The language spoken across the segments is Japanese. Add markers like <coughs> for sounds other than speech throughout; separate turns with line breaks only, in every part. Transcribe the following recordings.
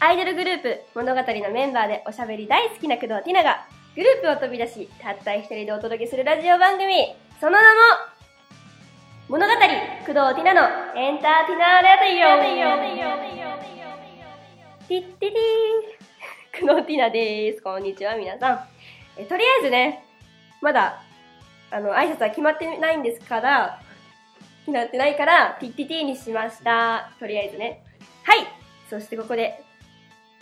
アイドルグループ物語のメンバーでおしゃべり大好きな工藤ティナがグループを飛び出したった一人でお届けするラジオ番組その名も物語工藤ティナのエンターティナーラディオティッティティ工藤ティナですこんにちは皆さんえとりあえずねまだあの挨拶は決まってないんですから決まってないからティッティティにしましたとりあえずねはいそしてここで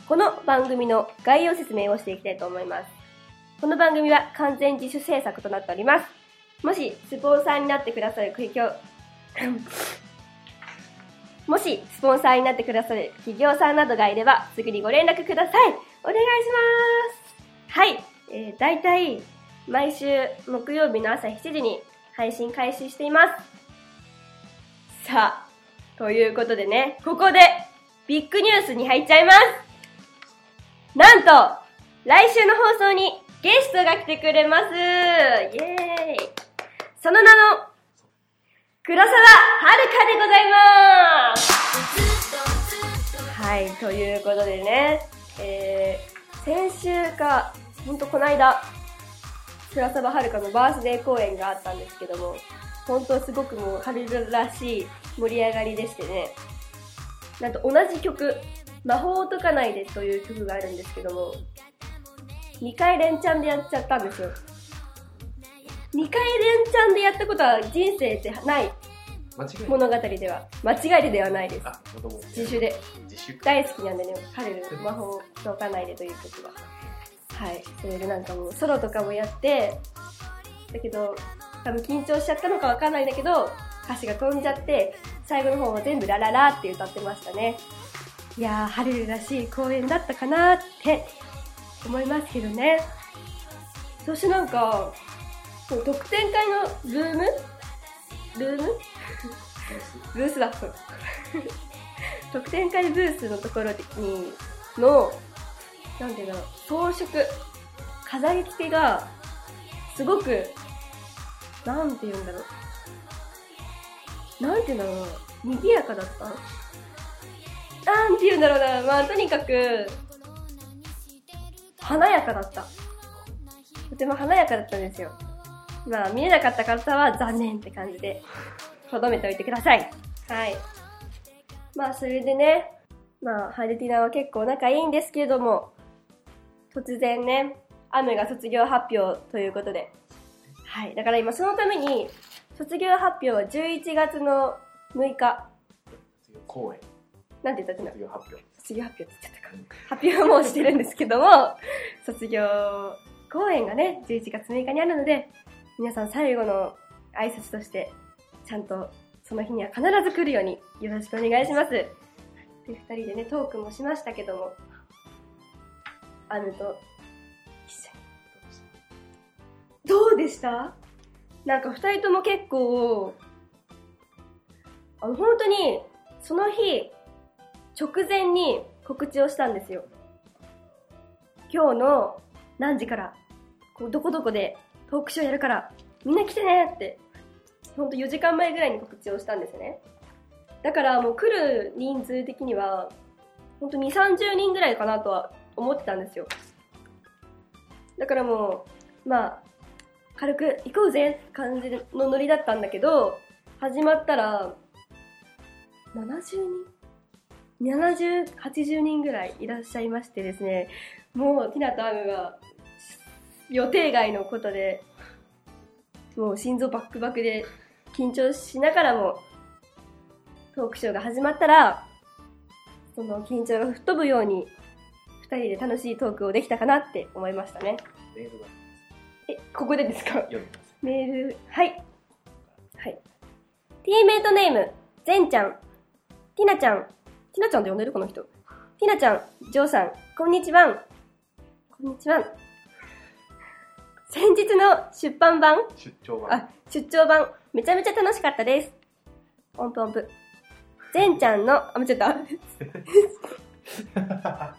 この番組の概要説明をしていきたいと思いますこの番組は完全自主制作となっておりますもしスポンサーになってくださる企業 <coughs> もしスポンサーになってくださる企業さんなどがいればすぐにご連絡くださいお願いしますはい、えー、大体毎週木曜日の朝7時に配信開始していますさあということでねここでビッグニュースに入っちゃいますなんと来週の放送にゲストが来てくれますイエーイその名の黒沢遥でございますはい、ということでね、えー、先週か、ほんとこの間、黒沢遥のバースデー公演があったんですけども、本当すごくもう春らしい盛り上がりでしてね、なんと同じ曲、魔法を解かないでという曲があるんですけども、2回連チャンでやっちゃったんですよ。2回連チャンでやったことは人生でない
間違いない。
物語では、間違いではないです。
あ、もともと
自主で。
自主か。
大好きなんでね、彼の魔法を解かないでという曲が。はい。それでなんかもうソロとかもやって、だけど、多分緊張しちゃったのかわかんないんだけど、歌詞が飛んじゃって、最後の方は全部ラララって歌ってましたね。いやー、ハルルらしい公演だったかなーって思いますけどね。そしてなんか、その特典会のルームルームブースだった <laughs> 特典会ブースのところにのなんていうの装飾飾り付けがすごくなんていうんだろうなんていうんだろうな賑やかだったなんていうんだろうなまあとにかく華やかだったとても華やかだったんですよまあ見れなかった方は残念って感じでとどめておいてください。はい。まあ、それでね、まあ、ハルティナは結構仲いいんですけれども、突然ね、雨が卒業発表ということで。はい。だから今、そのために、卒業発表は11月の6日。
公演。
なんて言ったっけな
卒業発表。
卒業発表って言っちゃったか。発表もしてるんですけども、 <laughs> 卒業公演がね、11月6日にあるので、皆さん最後の挨拶として、ちゃんとその日には必ず来るようによろしくお願いします。で、二人でね、トークもしましたけども、アヌと一緒に。どうでしたなんか二人とも結構、あの、本当に、その日、直前に告知をしたんですよ。今日の何時から、こうどこどこでトークショーやるから、みんな来てねって、ほんと4時間前ぐらいに告知をしたんですね。だからもう来る人数的には、ほんと2、30人ぐらいかなとは思ってたんですよ。だからもう、まあ、軽く行こうぜって感じのノリだったんだけど、始まったら、70人70、80人ぐらいいらっしゃいましてですね、もう、ティナとアムは、予定外のことで、もう心臓バックバクで緊張しながらも、トークショーが始まったら、その緊張が吹っ飛ぶように、二人で楽しいトークをできたかなって思いましたね。
メールが
え、ここでですか
読みます。
メール、はい。はい。ティーメイトネーム、ゼンちゃん。ティナちゃん。ティナちゃんで呼んでるこの人。ティナちゃん、ジョーさん、こんにちはん。こんにちはん。先日の出版版、
出張は
あ、出張版、めちゃめちゃ楽しかったです。音符音符。ゼンちゃんの、あ、間違った。 <laughs> 間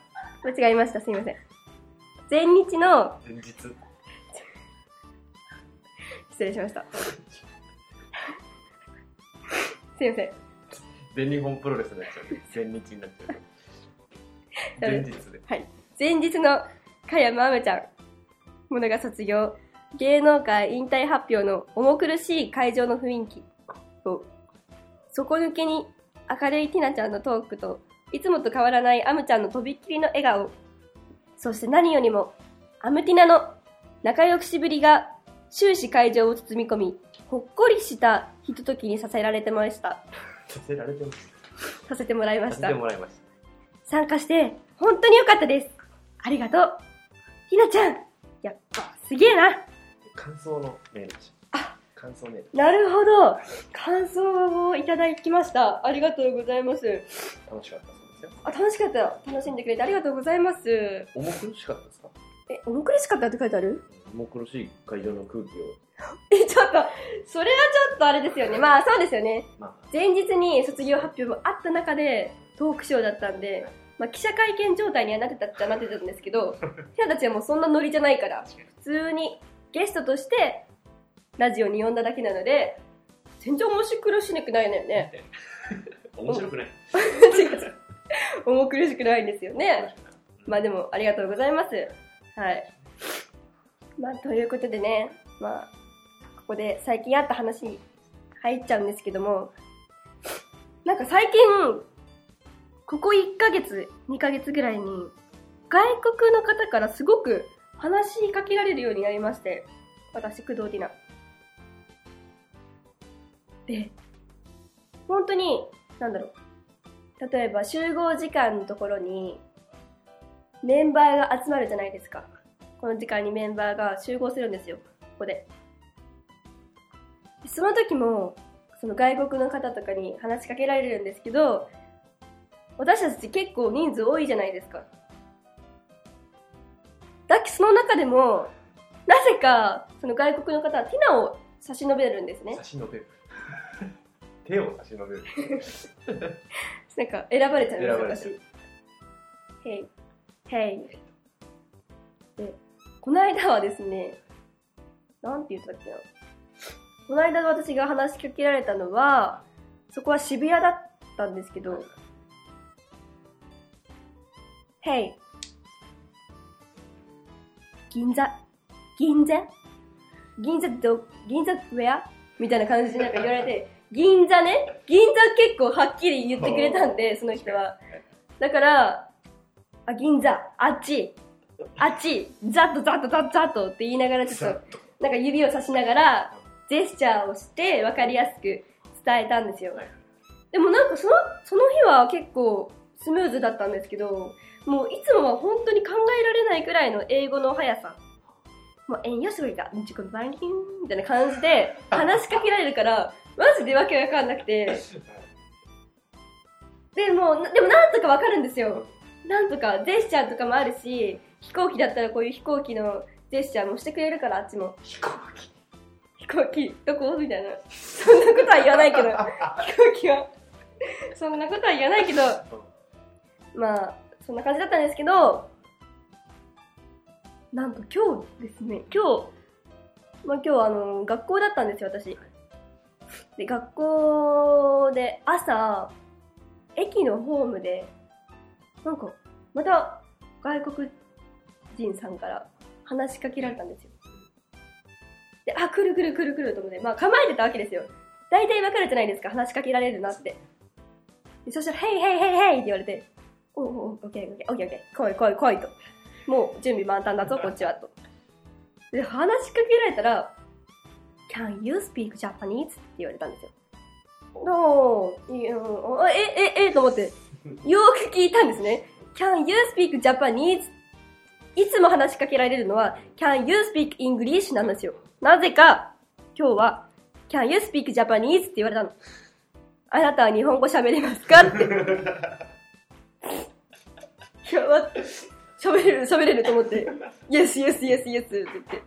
違えました、すいません。前日の、
前日。
失礼しました。 <laughs> すいません。
全日本プロレスになっちゃうね。前日になっちゃうね。前日で。
前日の加山あめちゃんものが卒業芸能界引退発表の重苦しい会場の雰囲気と底抜けに明るいティナちゃんのトークといつもと変わらないアムちゃんのとびっきりの笑顔そして何よりもアムティナの仲良くしぶりが終始会場を包み込みほっこりしたひとときにさせられてました
させられてまし
させてもらいま
た。さ
し
せ
た
てもらいまし
参加して、本当に良かったです。ありがとう。ひなちゃん、やっぱ、すげえな。
た。感想のメールでした。
あ
感想メール。
なるほど。感想をいただきました。ありがとうございます。
楽しかったそうですよ。
あ、楽しかった。楽しんでくれてありがとうございます。え、
重苦しかったですか
重苦しかったって書いてある
重苦しい会場の空気を。
え、ちょっと、それはちょっとあれですよね。まあ、そうですよね。
まあ、
前日に卒業発表もあった中で、トークショーだったんで、まあ、記者会見状態にはなってたっちゃなってたんですけど、ひなたちはもうそんなノリじゃないから。
確かに。
普通にゲストとしてラジオに呼んだだけなので全然面白苦しくないのよね
面白くない。
<laughs> 違う違う重苦しくないんですよね
面白くない
まあでもありがとうございますはいまあということでねまあここで最近あった話に入っちゃうんですけどもなんか最近ここ1ヶ月2ヶ月ぐらいに外国の方からすごく話しかけられるようになりまして私工藤里奈で本当になんだろう例えば集合時間のところにメンバーが集まるじゃないですかこの時間にメンバーが集合するんですよここででその時もその外国の方とかに話しかけられるんですけど私たち結構人数多いじゃないですかだけどその中でもなぜかその外国の方はティナを差し伸べるんですね
差し伸べる。 <laughs> 手を差し伸べ
<laughs>
る。
なんか選ばれちゃうんです
選ばれちゃ
私。へい。へい。で、この間はですね、なんて言ったっけな。この間私が話しかけられたのは、そこは渋谷だったんですけど、へい。銀座。銀座銀座ど、銀座 where? みたいな感じでなんか言われ <laughs> て、銀座ね銀座結構はっきり言ってくれたんで、その人は。だから、あ、銀座、あっち、あっち、ザッとザッとザッとザッとって言いながらちょっと、なんか指をさしながら、ジェスチャーをして分かりやすく伝えたんですよ。でもなんかその、その日は結構スムーズだったんですけど、もういつもは本当に考えられないくらいの英語の速さ。もう、えんよすごいか、うんちこばんりんみたいな感じで話しかけられるから、マジでわけわかんなくて。でもう、なでもなんとかわかるんですよ。なんとか、ジェスチャーとかもあるし、飛行機だったらこういう飛行機のジェスチャーもしてくれるから、あっちも。
飛行機。
飛行機、どこみたいな。そんなことは言わないけど、飛行機は。そんなことは言わないけど、まあ、そんな感じだったんですけど、なんと今日ですね、今日、まあ今日あの、学校だったんですよ、私。で、学校で朝、駅のホームで、なんか、また外国人さんから話しかけられたんですよ。で、あ、来る来る来る来ると思って、まあ構えてたわけですよ。大体わかるじゃないですか、話しかけられるなって。でそしたら、ヘイヘイヘイヘイって言われて、おうおう、オッケーオッケーオッケーオッケー、来い来い来いと。もう準備万端だぞ、こっちはと。で、話しかけられたら、Can you speak Japanese? って言われたんですよ。どういやあえ、え、え、と思って、よーく聞いたんですね。Can you speak Japanese? いつも話しかけられるのは、Can you speak English? なんですよ。なぜか、今日は、Can you speak Japanese? って言われたの。あなたは日本語喋れますかって。いや、わ喋れる、喋れると思って、Yes, yes, yes, yes って言って。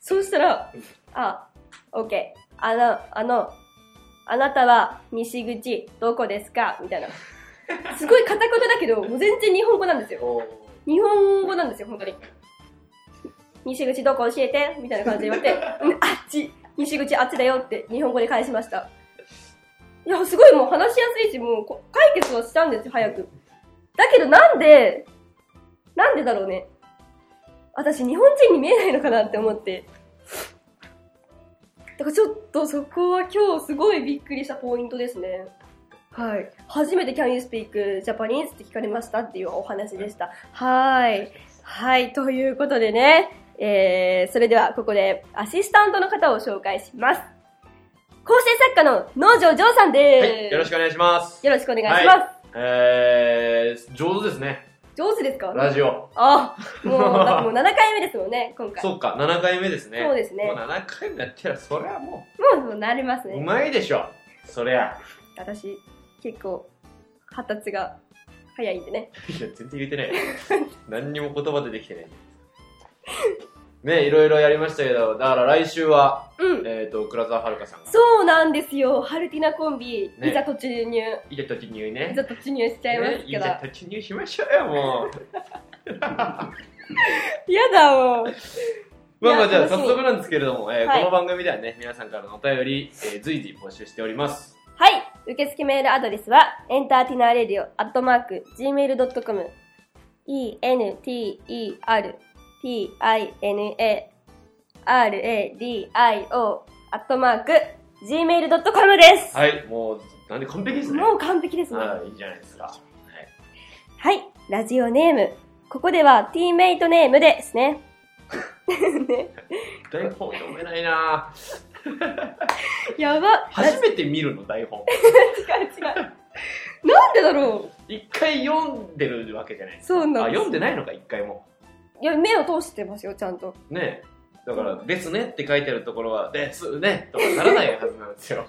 そうしたら、あ、OK。あの、あの、あなたは西口どこですかみたいな。すごい片言だけど、もう全然日本語なんですよ。
おー
日本語なんですよ、本当に。西口どこ教えてみたいな感じで言われて、 <laughs> うんあっち、西口あっちだよって日本語で返しました。いや、すごいもう話しやすいし、もうこ解決はしたんですよ、早く。だけどなんで、なんでだろうね。私、日本人に見えないのかなって思って。だからちょっとそこは今日すごいびっくりしたポイントですね。はい。初めて Can you speak Japanese って聞かれましたっていうお話でした。はい。はい。ということでね、えー、それではここでアシスタントの方を紹介します。構成作家の農場ジョーさんです。
はい、よろしくお願いします。
よろしくお願いします。
えー、上手ですね。
上手ですか
ラジオ。
あ、もう、だもう7回目ですもん
<laughs>
ね、今回。
そっか、7回目ですね。
そうですね
もう7回もやってりゃ、そりゃも
もう、もうなります
う、う
ね。
まいでしょ。そりゃ。
私、結構、発達が早いんでね。
いや、全然言えてない。何にも言葉でできてない。ね、いろいろやりましたけど、だから来週は、
うん。
えっ、ー、と、倉沢遥さんが、
そうなんですよ、ハルティナコンビ、
ね
いざ突入、
いざ突入ね。
いざ突入しちゃいます
ね、
けど。
いざ突入しましょうよ、もう。
やだもう。
まあまあ、
い
じゃ
や
あ
楽し
早
み
速なんですけれども、えー
はい
この番組ではね、皆さんからのお便り、えー随時募集しております。
はい、受付メールアドレスは、エンターティナーレディオ、アットマーク、gmail.com、e-n-t-e-r-t-i-n-a r-a-d-i-o、アットマーク、gmail.com です。
はい、もう、なんで完璧ですね。
もう完璧ですね。
ああ、いいじゃないですか。はい。
はい。ラジオネーム。ここではティーメイトネームですね。ね
台本読めないなぁ
やば。
初めて見るの、台本。
違う違う。なんでだろ
一回読んでるわけじゃないですか。
そうなん
あ、
です
読んでないのか、一回も。
ういや、目を通してますよ、ちゃんと。
ねだから、ですねって書いてあるところは、ですねとかならないはずなんで
<laughs>
すよ。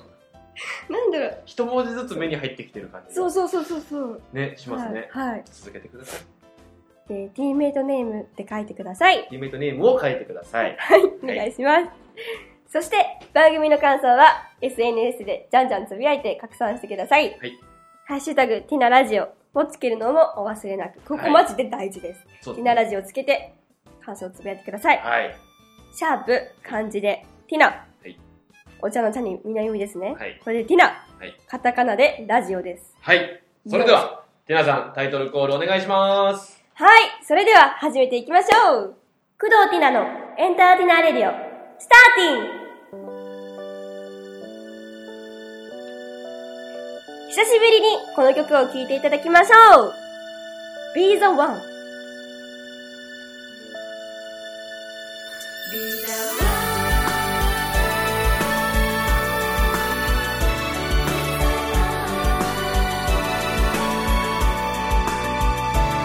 なんだろう。
一文字ずつ目に入ってきてる感じ
そうそうそうそうそう。
う。ね、しますね。
はい。はい、
続けてください。
で、ティーメイトネームって書いてください。
ティーメイトネームを書いてください。
はい。お願いします。そして、番組の感想は SNS でじゃんじゃんつぶやいて拡散してください。
はい。
ハッシュタグ、ティナラジオをつけるのもお忘れなく。ここマジで大事です。
そう
ティナラジオつけて、感想をつぶやいてください。
はい。
シャープ、漢字で、ティナ。
い
お茶の茶にみなみですね。
はい
これでティナ。
はい
カタカナでラジオです。
はい。それでは、てなさん、タイトルコールお願いします。
はい。それでは始めていきましょう。工藤ティナのエンターティナーレディオ、スターティン久しぶりにこの曲を聴いていただきましょう。Be the one.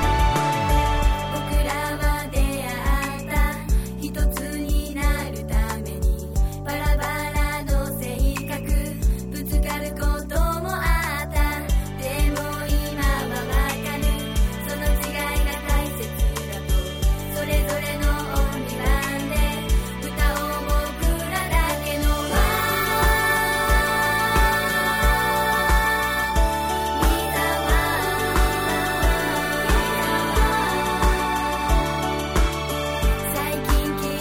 「僕らは出会った」「一つになるために」「バラバラの性格」「ぶつかることもあった」「でも今はわかる」「その違いが大切だと」「それぞれのオンリーワンで歌おう僕らだけのワン」「見た最近気づいたんだ一つになるためにバラバラの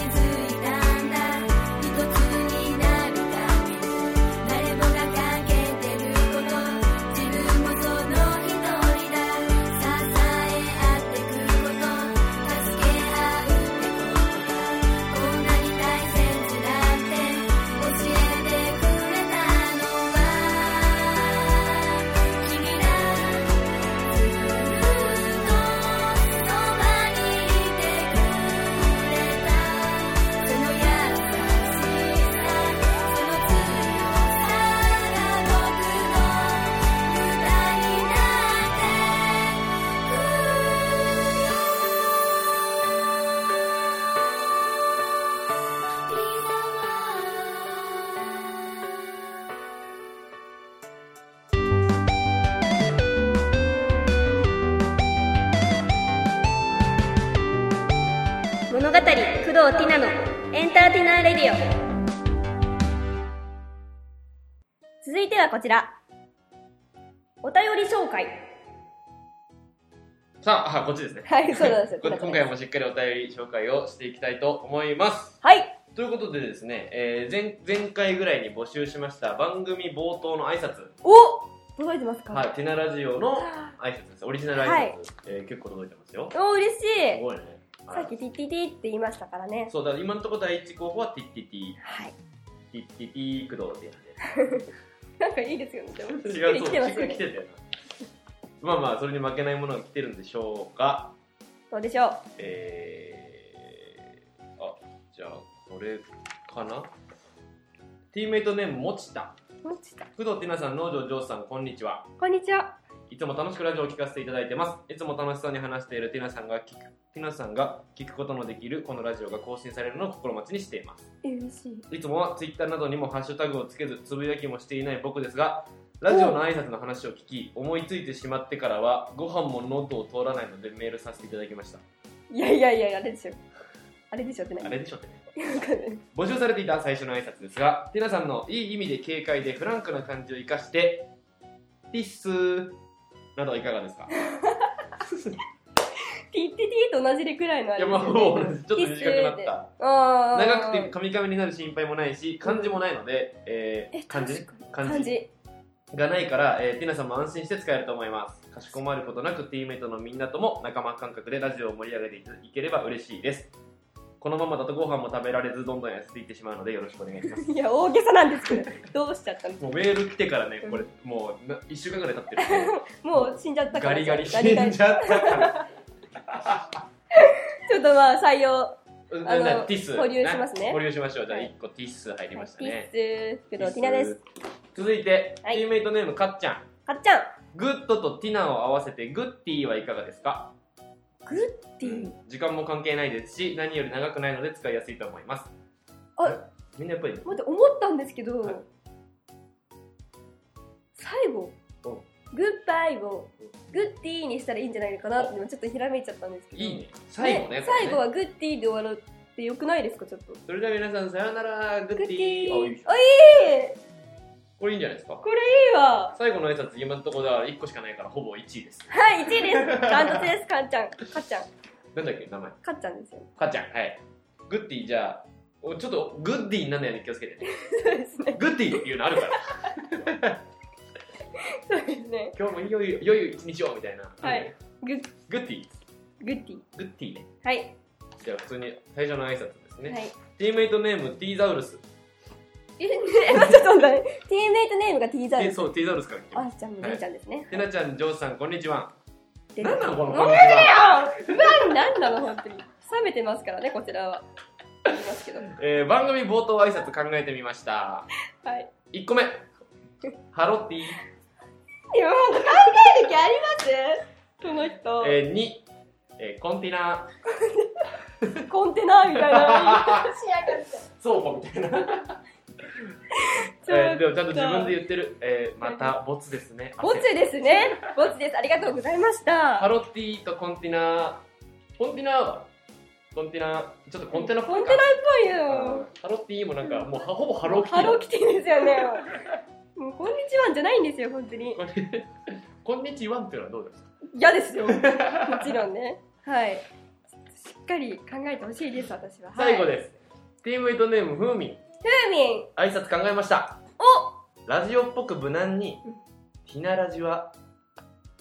性格誰もが欠けてること自分もその一人だ支え合ってくこと助け合うってことがこんなに大切だって教えてくれたのは君だずっとそばにいてくれたからその優しさその強さが僕の歌になってくよ Be the one
物語、工藤ティナのエンターティナーレディオ。続いてはこちら。お便り紹介。
さあ、あこっちですね。
はいそうなんです <laughs> よ
こ今回もしっかりお便り紹介をしていきたいと思います。
はい。
ということでですね、えー前前回ぐらいに募集しました番組冒頭の挨拶
お届いてますか
はい、テナラジオの挨拶です。オリジナル挨拶、
はい
えー結構届いてますよ。す
おー、嬉しい
ごいね。は
さ
い
っきティッティティって言いましたからね。
そう、だから今のところ第一候補はティッティティ、
はい。
ティッティティ駆動
<laughs>
ってや
なんかいいですよね。でも
つで。
しっくり
そう、
来てますよ
しっくり来
ね。
てんだよな。まあまあ、それに負けないものが来てるんでしょうか。
どうでしょう
えー、あ、じゃあ、これかなティーメイトネーム、もちた。
もちた。
工藤ティナさん、農場ジョージさん、こんにちは。
こんにちは。
いつも楽しくラジオを聞かせていただいてます。いつも楽しそうに話しているティナさんが聞く、ティナさんが聞くことのできるこのラジオが更新されるのを心待ちにしています。
え、嬉しい。
いつもはツイッターなどにもハッシュタグをつけず、つぶやきもしていない僕ですが、ラジオの挨拶の話を聞き、思いついてしまってからは、ご飯もノートを通らないのでメールさせていただきました。
いやいやいや、あれでしょ。あれでしょって
あ
何
れでしょってね。
なんかね
募集されていた最初の挨拶ですが、ティナさんのいい意味で軽快でフランクな感じを生かして、ティッスーなどはいかがですか
ティッティティと同じくらいのあ
い
れ
や、
ですよ
まあ
ね。
もう、ちょっ
テ
と短くなっ
ィッスーで
た。
あー
長くてカミカミになる心配もないし漢字もないので、えー
え、
漢
漢
字
字
漢
漢
字
字。
がないから、えー、ティナさんも安心して使えると思いますかしこまることなくティーメイトのみんなとも仲間感覚でラジオを盛り上げていければ嬉しいですこのままだとご飯も食べられずどんどん痩せていってしまうのでよろしくお願いします
いや、大げさなんですけど、どうしちゃったの
もうメール来てからねこれもうな1週間ぐらい
<laughs>
経ってる
もう死んじゃったか
ガ
ら。
リガリ <laughs> 死
ガリガ
ん
リ
じゃったから
ちょっとまあ、採用。
うん
あの
じゃあティス
保留しますね
保留しましょうじゃあ
はい
1個ティス入りました
ピー
ね、
ス、
テ
福
ィ
藤
ス
ティナです。
続いて、
はい
ティーメイトネームかっちゃん
かっちゃん。
グッドとティナを合わせてグッティはいかがですか
グッティ。
時間も関係ないですし何より長くないので使いやすいと思います
あ
みんなやっぱり
待って、思ったんですけ
はい
ど、最後、
う
グ
ん
ッバイを
うん
グッティーにしたらいいんじゃないのかなって、今ちょっとひらめいちゃったんですけど。
いいね最
ね
後ねこれね
最後はグッティーで終わるってよくないですか、ちょっと。
それでは皆さんさようならグッ
グッ
ティ
ティー。
あ
お
い
い
い
い
じゃんこれいいんじゃないですか
これいいわ
最後の挨拶今のところだから1個しかないからほぼ1位です
はい、1位です。
<laughs>
ダントツです、かっちゃん。かっちゃん。
なんだっけ名前
かっちゃんですよ。
かっちゃんはいグッティじゃあおちょっとグッディになんないように気をつけてね
そうですね。
グッディっていうのある
<laughs>
から
そうですね。
今日もいよいよ良い一日をみたいな
はいグッ、
グッディ
グッティ。
グッディね
はい。
じゃあ普通に最初の挨拶ですね、
はい。
ティーメイトネームティーザウルス
え、え、待ってちょっと待って。ティーメイトネームが T ザ
え
です。
そう、ティーザウルスから来てま
あ
す。
ちゃんの姉ちゃんですね。
てなちゃん、ジョージさん、こんにちは。
で
なんなのこの
ご
こ
めん
ん
な
にちは。
よなんなの、本当に。冷めてますからね、こちらは。言いますけど。
えー、番組冒頭挨拶考えてみました。
はい。
1個目。
<laughs>
ハロティ。
いや、もう考える気ありますこの人、
えー、2。えー、コンティナ
コンテナーみたいな言い方しやがって。
ー。そうか、みたいな。
ちょ
<laughs> え
っと
ー、でもちゃんと自分で言ってる。えー、また、ボツですね。
ボツですね。ボツです。ありがとうございまし
ハ
た。
ロティとコンティナー。コンティナーはコンティナー。ちょっとコンテナっぽい
コン
か
テナっぽい
うん
よ。
ハロティもなんか、もうほぼハローキテ
ハ
ィだ
ローキティですよね。もうこんにちはんじゃないんですよ、本当に。
こんにちはっていうのはどうですか
嫌です
<laughs>
よ。もちろんね。はい。しっかり考えてほしいです、私は。
最後
はい。
です。ティームメイトネーム、ふーみん。
ふーみん。
挨拶考えましたおラジオっぽく無難に
うん
「ひなラジは」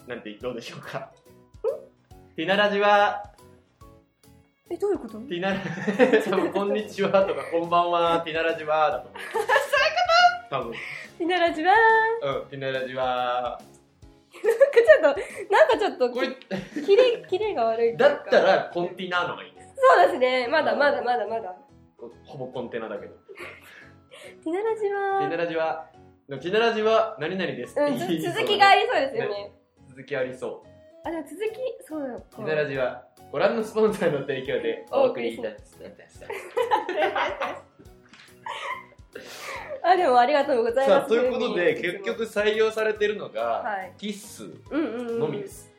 なんてどうでしょうか「ひなラジは」
え、どういうこと
「ひな多分こんにちは」とか「こんばんは」「ひなラジは」だと
<laughs>
思うそういうこ
ひならじわー
と多分うん「ひなラジは
なんかちょっと、なんかちょっ」と、
これ
キレ、キレが悪いとい
だ
うか
ったらコンティナーのがいいね
そうですね。まだまだまだまだ。
ほぼコンテナだけど
ひならじ
「ひ
わ
なラジは」でも「ひなラジは何々です」
ー。うん、
って言いそう
つ続きがありそうですよね。
続きありそう
あ、でも続き、そうなの
「
か。
ひなラジは」ご覧のスポンサーの提供でお送りいたします
あ、でもありがとうございま
さ
す。
あということで
ふーみん
結、局採用されてるのが、
はい
キッス
うんうんうん。
のみです、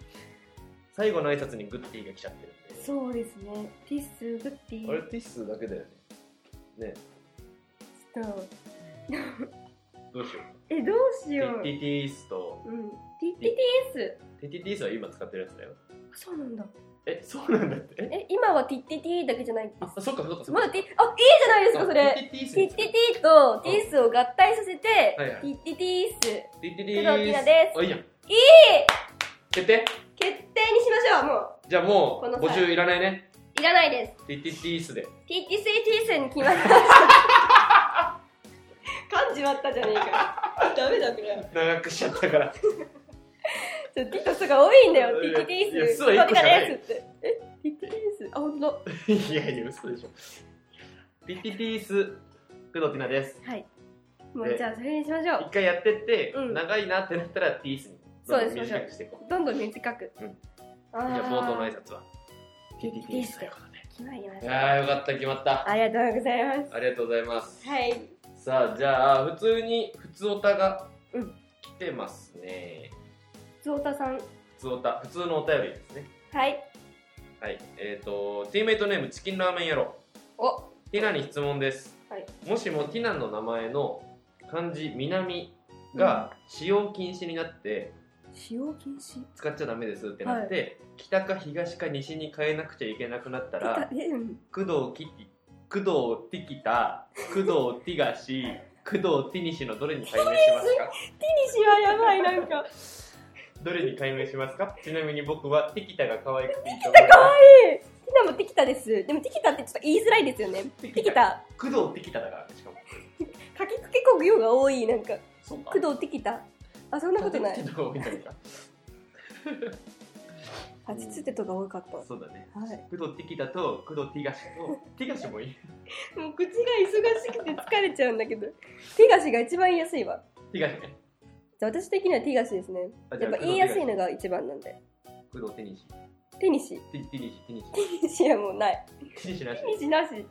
最後の挨拶にグッティが来ちゃってるんで
そうですね。ティッスー、グッティー。
あれティッスだけだよねね
ちょっと
どうしよ
え、どうしよ
う
う
テ。ィティティースと
うん。ティティティース。
ティティティースは今使ってるやつだよ
あそうなんだ。
え、そうなんだって。え
え、今はティッティティだけじゃないで
あ、そっかそっかそ
す。
っか。
まだティ、あ、いいじゃないですか、それ。
ティッティース
ティッ
ね。
ティティとティースを合体させて、
はいはい
ティッティティース。
ティッティ
工藤
ー
ピ
ス
ナです
あ、いいやん。いい決定
決定にしましょう、もう。
じゃあも
この
う、
際
50いらないね。
いらないです。
ティッティティースで。
ティッティスイティースに決まりました。
<laughs>
感じまったじゃねえ
<laughs>
か。ダメだ、これ。
長くしちゃったから。
ちょっとティットスが多いんだよ、ティッティ
いや
ティース。
巣は一個しかな
こ
い
こでねつって。え、ティッティティース。あ、ほんと。
いやいや、嘘でしょ。ティッティティース、工藤ピナです。
はい。もう
で
じゃあ、それにしましょう
一。回やってって、
うん
長いなってなったらティースに。
そうです
短くしていこう。
どんどん短く。
うん
あー
じゃあ冒頭の挨拶は。ティティティースということで。
決まりまし
い
た。
やーよかった、決まった。
ありがとうございます。
ありがとうございます。
はい。
さあ、じゃあ、普通に、普通おたが
うん
来てますね。
ゾータさん。
普通おた、普通のお便りですね。
はい。
はい。えっ、と、ティーメイトネーム、チキンラーメン野郎。
お、
ティナに質問です、
はい
もしもティナの名前の漢字「南」が使用禁止になって
使用禁止。
使っちゃダメですってなって、北か東か西に変えなくちゃいけなくなっ
<laughs>
たら
え、うん。
工藤き工藤ティキタ工藤ティガシ工藤ティニシのどれに改名しますか
西はやばい、なんか。
どれに改名しますかちなみに僕はティキタが可愛くていいと思い
か
ま
わ
す
いい。ティナもティキタです。でもティキタってちょっと言いづらいですよね。テ
ティキタ
ィキタ。
工藤ティキタだからしかも
かきつけこぐようが多い、なんか。
そうか
工藤ティキタ。あ、そんなことない。
工藤ティキタが多いんだ
あ、ちつてとが多かった
から。そうだね
はい。
工藤ティキタと工藤ティガシとティガシもいい
もう口が忙しくて疲れちゃうんだけど。ティガシが一番言いやすいわ。
ティガシね
じゃあ私的にはティガシですね。
あじ
や
ゃ
っ
あ
ぱ言いやすいのが一番なんで。
工藤テニシ
テニシ。
ティティニシティニシ
テニシはもうない。
ティニシなし
テニシなし。もっ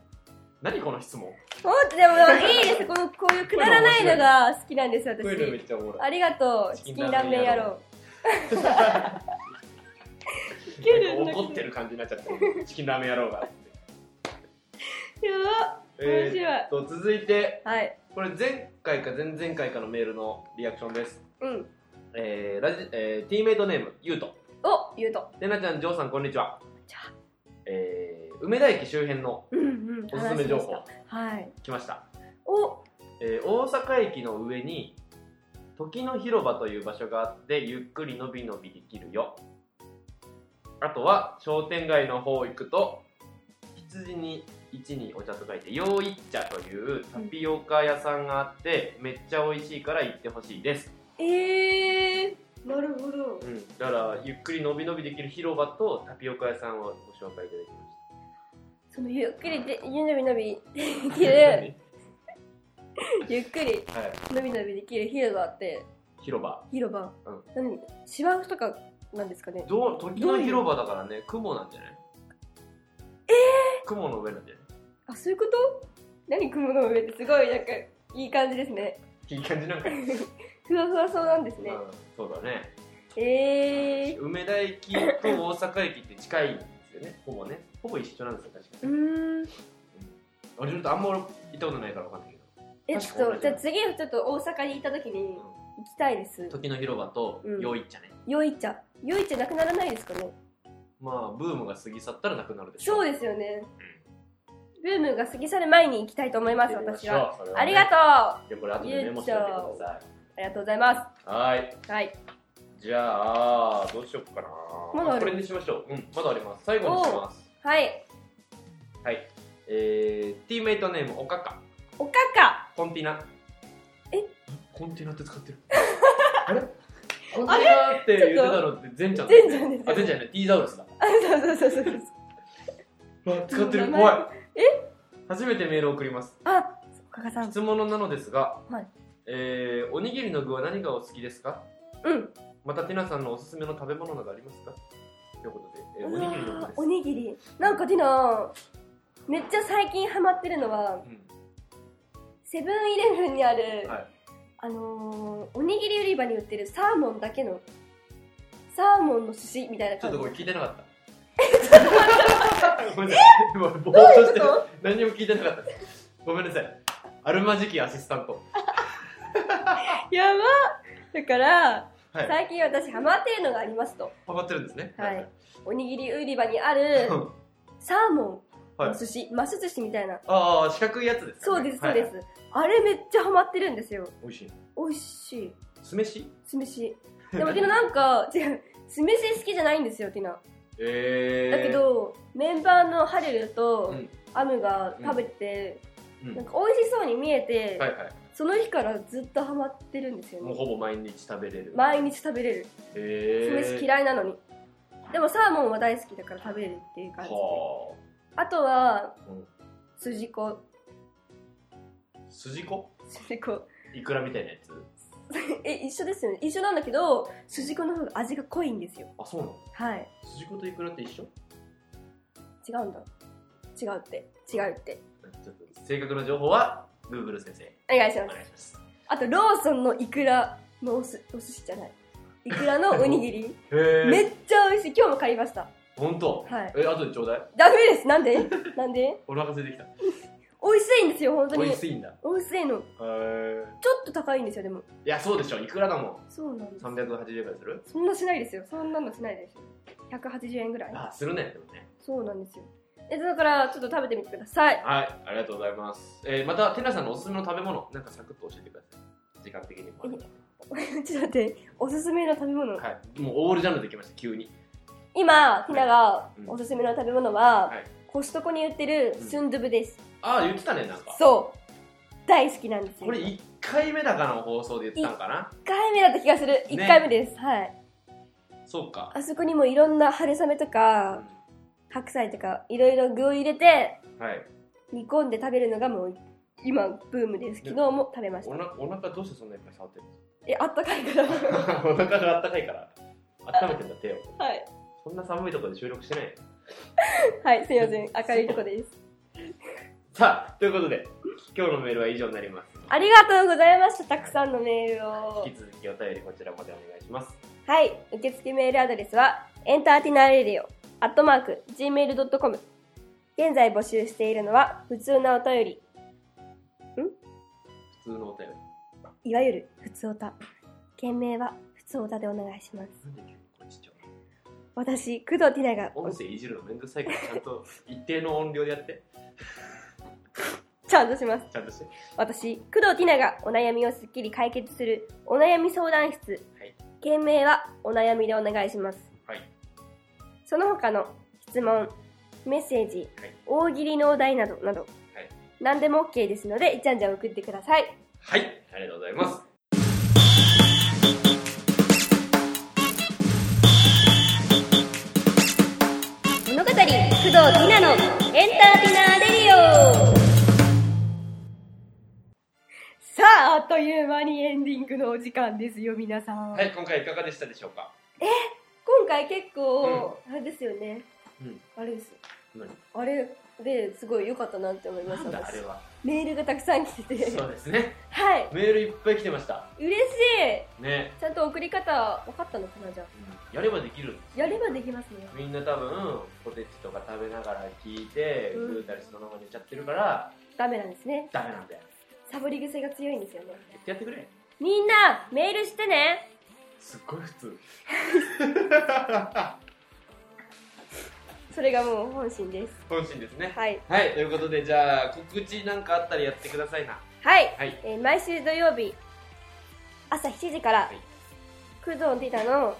何この質問
とでもでもいいです。この、こういうくだらないのが好きなんです、
こういうのめ
私。
っちゃおもろい
ありがとう、チキンラーメン野郎。けるんだけど
なんか怒ってる感じになっちゃったチキンラーメン野郎が
やば面白い
<laughs> えーっと続いて
ばはい。
これ前回か前々回かのメールのリアクションです
うん。
えー、ラジえー、ティーメイトネームゆうと
お、言うと。
てなちゃんジョーさんこんにちは
じゃ
えー、梅田駅周辺の
うんうん。
おすすめ情報
話しました。はい。
来ました
お、
えー大阪駅の上に時の広場という場所があってゆっくりのびのびできるよあとは商店街の方行くと羊に一にお茶と書いてよういっ茶というタピオカ屋さんがあってめっちゃ美味しいから行ってほしいです、
えー。なるほど。
うん、だからゆっくりのびのびできる広場とタピオカ屋さんをご紹介いただきまし
そのゆっくりで、ゆのびのびで
た
き
<laughs>
る、ゆっくり
はい、
のびのびできる広場って、
広場
広場、
うん
何芝生とかなんですかね
どう時の広場だからね雲なんじゃないええ雲の上なんじゃない
あそういうこと何雲の上ってすごいなんかいい感じですね
いい感じなんか
ふわふわそうなんですね
まあそうだね
えー、
梅田駅と大阪駅って近いんですよねほぼねほぼ一緒なんですよ確か
う
に、
ーん
俺ちょっとあんま俺行ったことないから分かんないけど、
えち
確
ょ
か
っと
に
じゃあ次ちょっと大阪に行った時に行きたいです
時の広場と
うん
洋一茶ね、
よい茶よい茶なくならないですかね
まあブームが過ぎ去ったらなくなるでしょ
そうですよねブームが過ぎ去る前に行きたいと思います私は
それね
ありがとう
じゃあこれ後でメモしておいてくださ
ありがとうございま
いはい
すはい
じゃあどうしようかな
まだある
これにしましょううんまだあります最後にします
はい
はいえー、ティーメイトネームおかか
おかか
コンティナ
え
コンティナって使って
<laughs>
るあれコンティナって言ってたのってゼンちゃんだ
全然です
あゼンちゃんねティーザウルスだ
あそうそうそうそう
うわ使ってる
名前
怖い初めてメールを送ります
あおかかさん
質問なのですが、
はい
えーおにぎりの具は何がお好きですか
うん
またティナさんのおすすめの食べ物などありますかということで、えーおにぎりの具
あ
で
ー
す
おにぎりなんかディナーめっちゃ最近ハマってるのはセブンイレブンにある、
はい
あのー、おにぎり売り場に売ってるサーモンだけのサーモンの寿司みたいな
うん、ちょ
感
っ
じど
とこれ聞いてなかったごめんなさいもうぼーっと
う
し
いう
て
こ
何にも聞いてなかったですごめんなさいあるまじきアシスタント
とやばだから
はい。
最近私ハマってるのがありますと。
上がってるんですね。
はい。おにぎり売り場にある
<laughs> うん
サーモン
はい
の寿司、マス寿司みたいな。
ああ、四角いやつです
そ
か
う
ね。
です、そうです。あれめっちゃハマってるんですよ。
す。美味しい。
美味しい。
酢飯
酢飯。でも、ティナなんか、違う、酢飯好きじゃないんですよ、ティナ。
えー。
だけ、ど、メンバーのハレルと
うん
アムが食べて、
うん
なんか美味しそうに見えて、
はいは
その日からずっとハマってるんですよ
い。もう
ね。
ほぼ毎日食べれる。
毎日食べれる。
え
酢
ー。
飯嫌いなのに。でもサーモンは大好きだから食べれるっていう感じで。
は
あとは
うん、
筋子。
あ。筋子
筋子。
いくらみたいなやつ
え、一緒ですよね。一緒なんだけど、筋子の方が味が濃いんですよ。
あ、そうなの
はい。
筋子といくらって一緒
違うんだ。違うって。違うって。
ちょっと正確な情報は、Google 先生、
お願いし
お
ます。
願いします。
あと、ローソンのイクラのおすお寿司じゃない。イクラのおにぎ
<laughs>
り。
へー。
めっちゃ美味しい。今日も買いました。
ほんと
はい
え、後でちょうだい。
ダメです。なんでなんで
お腹空いてきた。
美味しいんですよ、本当
美
に
味。しいんだ。
美味しいの。
へー。
ちょっと高いんですよ、でも。
いや、そうでしょ。いくらだもん。
そうなんです。
380円くらいする
そんなしないですよ。そんなのしないですよ。180円ぐらい。
あ、するね。でもね。
そうなんですよ。え、だから、ちょっと食べてみてください。 <laughs>
はい。ありがとうございます。えーまた、テナさんのおすすめの食べ物、なんかサクッと教えてください。時間的にもあるか
ちょっと待って、おすすめの食べ物。
ら。はい。もうオールジャンルできました、急に。
今、ひなが
うん
おすすめの食べ物は、
はい
コストコに売ってるスンドゥブです。
ああ、言ってたね、なんか。
そう。大好きなんですよ。
これ1回目だかの放送で言ってたんかな
1回目だった気がする。1回目です。はい。
そうか。
あそこにもいろんな春雨とか、
う
白菜とか、いろいろ具を入れて、
んはい。
煮込んで食べるのがもう、今、ブームです。昨日も食べまし
お
た。
なお腹どうしてそんなにいっぱい触ってるの
え、あったかい
<laughs>
から。は
お腹があったかいから温めてんだってよ
い。
そんな寒いところで収録してないよ
はい、すいません。明るいとこです。
さあということで今日のメールは以上になります
ありがとうございました。たくさんのメールを
引。き続きお便りこちらまでお願いします
はい。受付メールアドレスは、エンターティナーレディオ、アットマーク、gmail.com。現在募集しているのは、普通なお便り、
普通のお便り
いわゆる、普通おた。件名は、普通おたでお願いします。
なんで急にこれちっちゃい
私、工藤ティナが、
音声いじるのめんどくさいからちゃんと一定の音量でや <laughs> って
ちゃんとします。
ちゃんとして
私、工藤ティナがお悩みをすっきり解決する、お悩み相談室。
はい
件名は、お悩みでお願いします。
はい
その他の質問、メッセージ、
はい
大喜利のお題などなど、
はい
何でも OK ですので、じゃんじゃん送ってください。
はいありがとうございます
物語、工藤ティナのエンターティナーレディオさあ、あっという間にエンディングのお時間ですよ、皆さん。
はい今回いかがでしたでしょうか
今回結構、あれですよね。
うん
あれです。
何
あれですごい良かったなって思いまし
なん
た。
だあ
私
れは
メールがたくさん来てて。
そうですね
はい。
メールいっぱい来てました
嬉しい
ね、
ちゃんと送り方分かったのかなじゃあ
やればできるんです
やればできますね
みんな多分ポテチとか食べながら聞いて
うん
食うたりそのまま寝ちゃってるから
ダメなんですね
ダメなんだよ
サボり癖が強いんですよね
言ってやってくれ
みんなメールしてね
すっごい普通
それがもう本心です
本心ですね
はい
はいということでじゃあ告知なんかあったらやってくださいな
はい、
はい
えー毎週土曜日朝7時から、
はい
工藤ディタの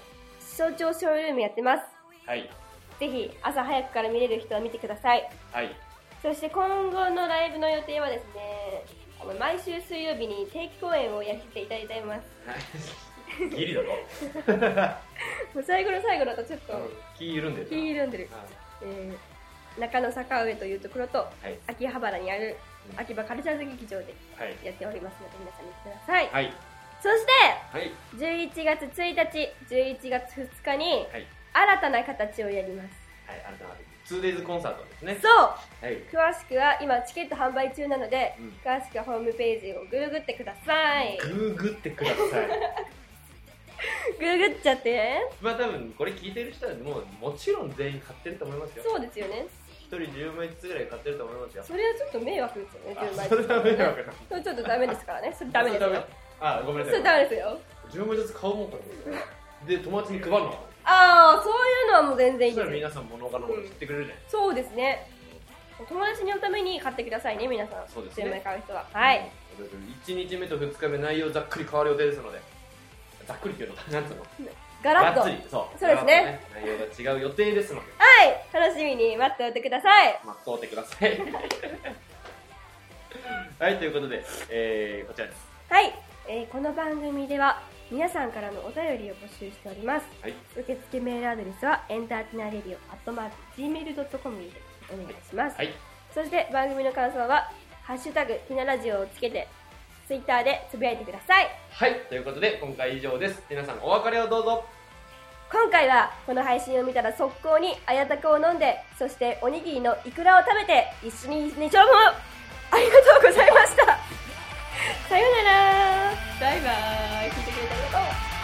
象徴ショールームやってます
はい
ぜひ朝早くから見れる人は見てください
はい
そして今後のライブの予定はですねあの毎週水曜日に定期公演をやらせていただいています
ギリだろ
<laughs> もう最後の最後だとちょっと
気緩んでる
気緩んでる
なはい
えー中野坂上というところと、
い
秋葉原にある
うん
秋葉カルチャーズ劇場で
はい
やっておりますので皆さん見てください、
はい
そし
はい
て11月1日11月2日に
はい
新たな形をやります
はいあなたは 2days コンサートですね
そう
はい
詳しくは今チケット販売中なので、
うん
詳しくはホームページをグルグってください
グーグってください <laughs>
グルグっちゃって
まあ多分これ聞いてる人はもうもちろん全員買ってると思いますよ
そうですよね
一人10枚ずつぐらい買ってると思いますよ
それはちょっと迷惑ですよね
あ
10枚
それは迷惑だ
それちょっとダメですからねそれダメですよ
あごめんな
そ
さ
れ
い
ダメですよ
10枚ずつ買おうもんかと思ってで友達に配るの
ああ、そういうのはもう全然
そ
いい
したら
です。
皆さん物柄のもの知ってくれるじゃない
そうですね。友達に会うために買ってくださいね、皆さん。
そうですね
10枚買う人は。はい。
1日目と2日目内容ざっくり変わる予定ですのでざっくりっていうのなんつうの
ガラッと。
がっ
は
つ
い。
りそう
そうですね
がっつりね内容が違う予定ですので
楽しみに待っておいてください。
まあ通ってくださいはいということで、えー、こちらです
はい、えーこの番組では皆さんからのお便りを募集しております、
はい
受付メールアドレスはエンターティナーレディオアットマーク Gmail.com にお願いします、
はい
そして番組の感想は「ハッシュタグティナラジオ」をつけてツイッターでつぶやいてください
はいということで今回以上です皆さんお別れをどうぞ
今回はこの配信を見たら速攻に綾鷹を飲んでそしておにぎりのいくらを食べて一緒に寝ちゃうものありがとうございましたさようならバイバイ聞いてくれてありがとう